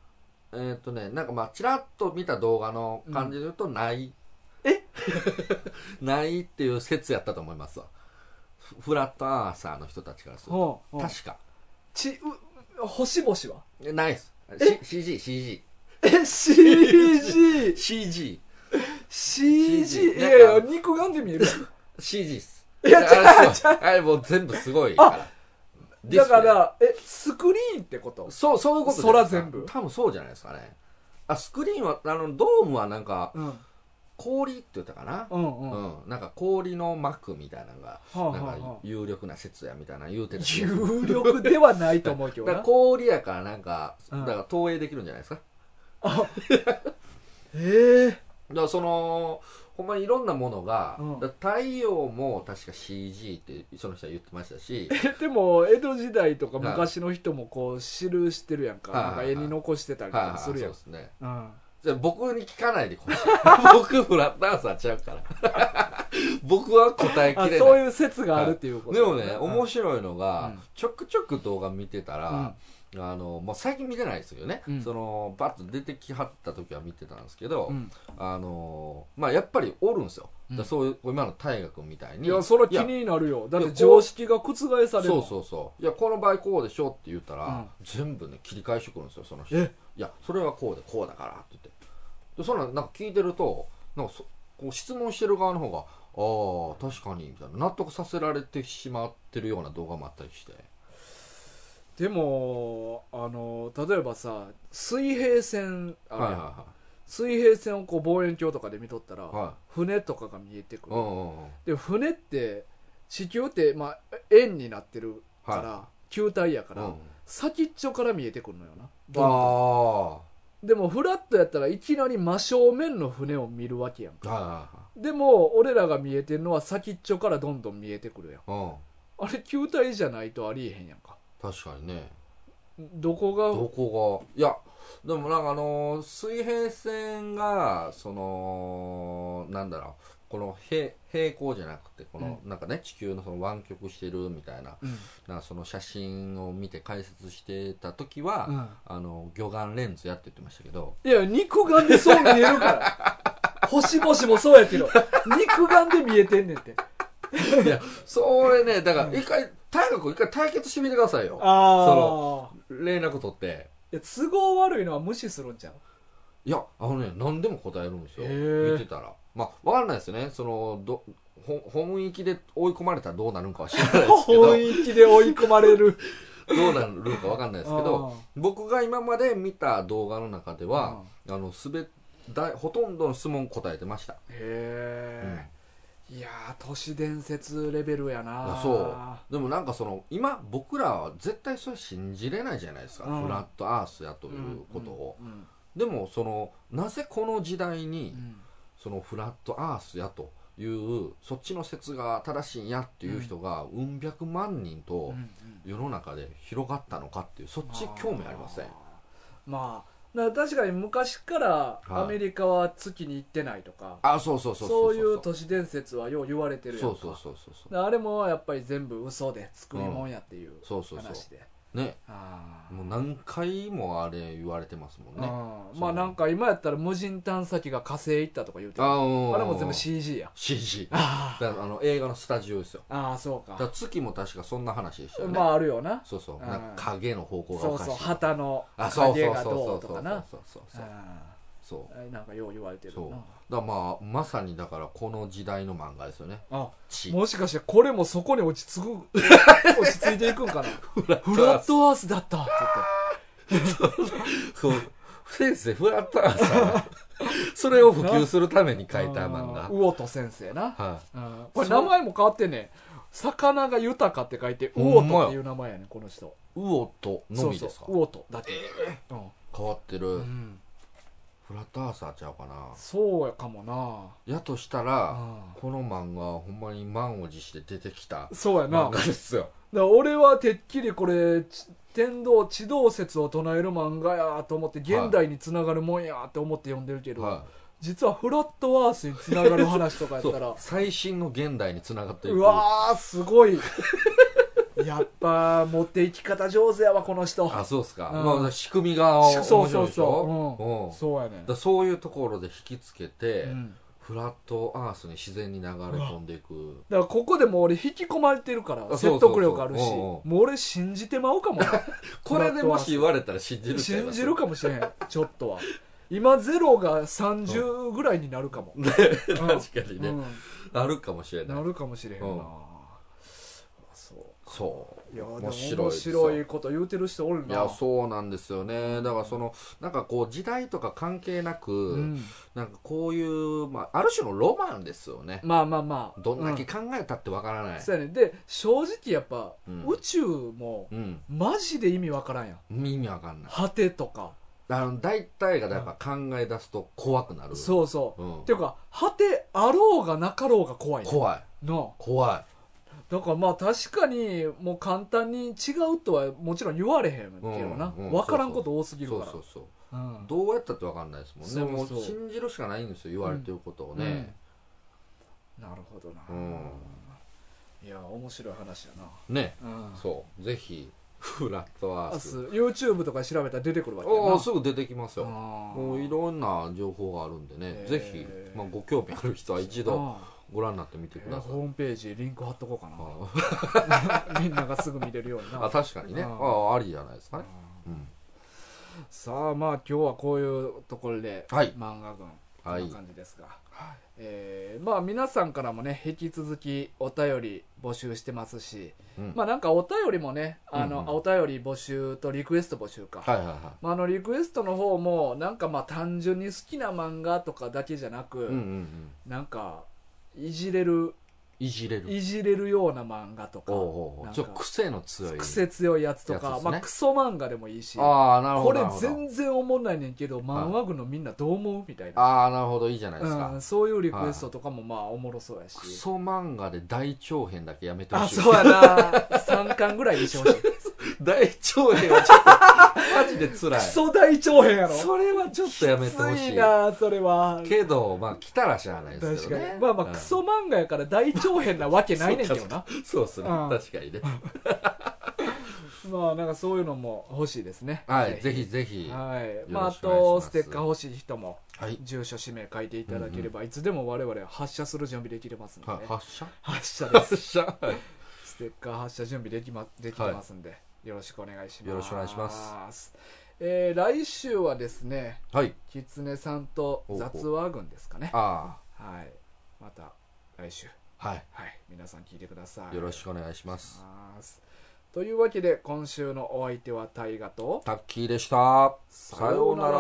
えーっ、とねなんかまあちらっと見た動画の感じで言うとない、え (laughs) ないっていう説やったと思いますわフフラットアーサーの人たちからすると
ほうほう
確か
ちう星々は
えないですし CGCG
え CGCG
CG
CG いやいや肉眼で見えるやん
CG っす
いや
あれ
違う
すごいあれもう全部すごいからデ
だ
ィスプ
か
レイ
らえスクリーンってこと
そう、そういうことじゃな
空
いですか
全部
多分そうじゃないですかね。あ、スクリーンは、あの、ドームはなんか、
うん
氷って言ったかな、
うんう
うん
は
ん、なんか氷の膜みたいなのが、
あは
なん
あ
か
はあ
有力な説やみたいなの言うてた気がする
有力ではないと思うけど
だから
(laughs) な
氷やからなんか、
うん
だから投影できるんじゃないですか。
えー
だからその、ほんまにいろんなものが、
うん
だから太陽も確か CG ってその人は言ってまし
(laughs)
たし、
えでも江戸時代とか昔の人もこう記してるやんか
はい
なんか絵に残してたりと
はいは
か
い、
す
そう
るやん
ですね。
うん
じゃあ僕に聞かないでほしい。 (laughs) 僕フラッダンサーちゃうから。 (laughs) 僕は答えきれ
あ
ない。
そういう説があるっていうこと
でもね、面
白
白いの
う
が、
ん
ちょくちょく動画見てたら、あの、まあ、最近見てないですけどね、
うん
その、バッと出てきはった時は見てたんですけど、
うん
あの、まあ、やっぱりおるんですよ。
うん
だからそういう、今の大河君みたいに。
いやそれ気
いや
になるよだっ
い
て
や
常識が覆されるも
そ
ん
うそうそう。いや、この場合こうでしょって言ったら、
うん
全部ね、切り返してくるんですよ、その人。い
え
や、それはこうで、こうだからって言って。で、そんなん、なんか聞いてると、なんかそこう質問してる側の方が、ああ確かにみたいな納得させられてしまってるような動画もあったりして
でもあの例えばさ水平線あ
は
るや
い
ん
はいは
水平線をこう望遠鏡とかで見とったら、
いは
船とかが見えてく
い
る、
うんうんうん
で船って地球って、まあ、円になってるから、
は
球体やから、
うん
先っちょから見えてくるのよな
ああは
でもフラットやったらいきなり真正面の船を見るわけやん
い
か
は
でも俺らが見えてるのは先っちょからどんどん見えてくるやん
いはいうん
あれ球体じゃないとありえへんやんか
確かにね
どこが
どこがいやでもなんかあのー水平線がそのなんだろうこの平平行じゃなくてこの、なんかね地球のその湾曲してるみたいな
うん
なんかその写真を見て解説してた時は、
うん
あの魚眼レンズやって言ってましたけど
いや肉眼でそう見える
(laughs)
から星々もそうやけど肉眼で見えてんねんって
いやそれねだから一回大学一回対決してみてくださいよ
ああ
連絡取って
いや都合悪いのは無視するんじゃん
いやあのね何でも答えるんですよ
へー
見てたらまあ分かんないですよねそのどほ本域で追い込まれたらどうなるんかは知らないですけど
(laughs) 本域で追い込まれる
どうなるか分かんないですけど僕が今まで見た動画の中ではあのすべだほとんどの質問答えてました
へえ、いやー都市伝説レベルや
い
な
やそうでもなんかその今僕らは絶対それ信じれないじゃないですか、
うん
フラットアースやということを、でもそのなぜこの時代にそのフラットアースやというそっちの説が正しいんやっていう人がうん百万人と世の中で広がったのかっていうそっち興味ありません
まあだから確かに昔から
はい
アメリカは月に行ってないとか、
あそうそうそう
そういう
そう
都市伝説はよう言われてるやんか
そうそうそうそうそう
であれもやっぱり全部嘘で作り物やっていう
そうそう
話で、
ね
あー
もう何回もあれ言われてますもんね
うんまあなんか今やったら無人探査機が火星行ったとか言うてる
あうん
あれも全部 CG や
CG だか
あ
らあの映画のスタジオですよ
ーあーそう
だ
か
から月も確かそんな話でしたよね、
まああるよな
そうそう
うん
なんか影の方向が
そ
お
う
かしい
そう旗の
あそう
影
そうそ
が
うそ
ど
う
う
そ
と
うそ
か
う
な
そう
う
そうんそう
なんかよう言われてるな
そうだからまあまさにだからこの時代の漫画ですよね
あ
地
もしかしてこれもそこに落ち着く
(laughs)
落ち着いていくんかなフラットアースだったって
そう先生フラッターさそれを普及するために書
言っ
い
て
た漫画
魚と先生な、
は
うんこれ名前も変わってんねん魚が豊かって書いて魚とっていう名前やねんこの人
い魚とのみですか
そうそう魚とだって、
変わってる、
うんうん
フラッターさちゃうかな
そうやかもな
やとしたら、
あ
この漫画はほんまに満を持して出てきた
そうやな
漫画ですよ
だから俺はてっきりこれち天道地動説を唱える漫画やと思って現代につながるもんやと思って読んでるけど、
は
実はフラットアースにつながる話とかやっ
いそ
た
う
ら
最新の現代につながっていうく
わーすごいやっぱ持っていき方上手やわこの人
あそうっすか、
うん
まあ、仕組みが
し
面白いでし
そ
ょ
うそうそう、うん
うん
そうやね
だからそういうところで引きつけて、
うん
フラットアースに自然に流れ込んでいく
だからここでもう俺引き込まれてるから
あそうそ
説
うそう
得力あるし
うんうん
もう俺信じてまうかもな
これでもし言われたら信じるちゃい
信
ます
じるかもしれへんちょっとは今ゼロが30ぐらいになるか
(laughs)
も、うん
確かにね、
うん
あるかもしれない
なるかもしれへんな、
うん
そう
そう
いやでも
面
面
白
白
いですよ
いこと言うてる人おる
い
な
やそうなんですよねだからそのなんかこう時代とか関係なく、
うん
なんかこういう、まあ、ある種のロマンですよね
まあまあまあ
どんだけ
う
考えたってわからない、
そうやねで正直やっぱ、
うん
宇宙も
うん
マジで意味わからんやん
意味わかんない
果てとか、
あの大体がやっぱ考え出すと怖くなる、
そうそう、
うん
っていうか果てあろうがなかろうが怖いね
怖い
なあ
怖い
だからまあ確かにもう簡単に違うとはもちろん言われへんけどな、
うんうん
分からんこと多すぎる
そ
か
う
ら
そうそう
うん
どうやったってわかんないですもんね
そうそう
もう信じるしかないんですよ言われてることをね、
うんなるほどな、
うん
いや面白い話やな、
ね
うん、
そうぜひフラットア
明
ー
日
ス
YouTube とか調べたら出てくるわけや
お
な
おすぐ出てきますよ
あー
もういろんな情報があるんでね
へー
ぜひ、まあ、ご興味ある人は一度
あ
ご覧になってみて
ー
ください
ホームページリンク貼っとこうかな
あ (laughs)
みんながすぐ見れるように
ーあ
な
確かにね
う
あ
ん
あーありじゃないですかね、うん、
さあまあ今日はこういうところで
はい
漫画軍こ
はい
んな感じですが、
はい
えーまあ皆さんからもね引き続きお便り募集してますし、
うん
まあなんかお便りもねあの、
うんうん
あお便り募集とリクエスト募集か、
はいはいは
まあ、あのリクエストの方もなんかまあ単純に好きな漫画とかだけじゃなく、
いうんうんうん
なんかいじれる
いじれる
いじれるような漫画とか
おうおうお
な
うんちょっと
か
癖の強い
癖強いやつと
やつ
か
ですね
まあ、クソ漫画でもいいし
ああなるほ
こ
ど
れ
なるほど
全然思んないねんけど漫画軍のみんなどう思うみたいな、
ああなるほどいいじゃないです
う
か
ん、そういうリクエストとかもまあおもろそうやし
クソ漫画で大長編だけやめてほ
あ
しい
そうやな三巻ぐらいにしてほしいク
大長編はちょ (laughs) っとマジで辛い
ソ大長編やろ
それはちょっとやめてほ
き
し
つ
い
いなそれは
けどまあ来たらしゃあないです
確
け
か
ど
に
ね
まあまあ
うん
クソ漫画やから大長編なわけないねんけどな
そうっすね
うん
確かにね
まあなんかそういうのも欲しいですね
はいぜひぜひ
はい
よ
まあ
ろ
あ
しくお願いし
と
ます
ステッカー欲しい人も
はい
住所氏名書いていただければいつでも我々は発射する準備できてますんでね
は発射
発射です
発射はい
ステッカー発射準備できまできてますんで、よろしくお願いします。
よろしくお願いしま
えー来週はですね、
はい
キツネさんと雑話軍ですかね。
あ
はい。また来週、
あはい
はい。皆さん聞いてください。
よろし
く
くお願いしま
お
す
願いします。というわけで、今週のお相手は大河と、
タッキーでしたさようなら
うな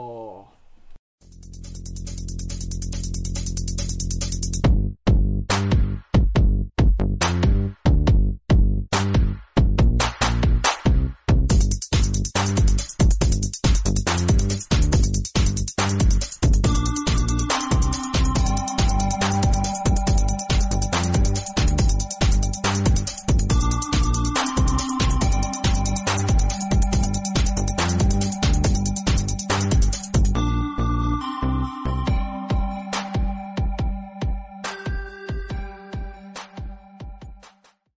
ら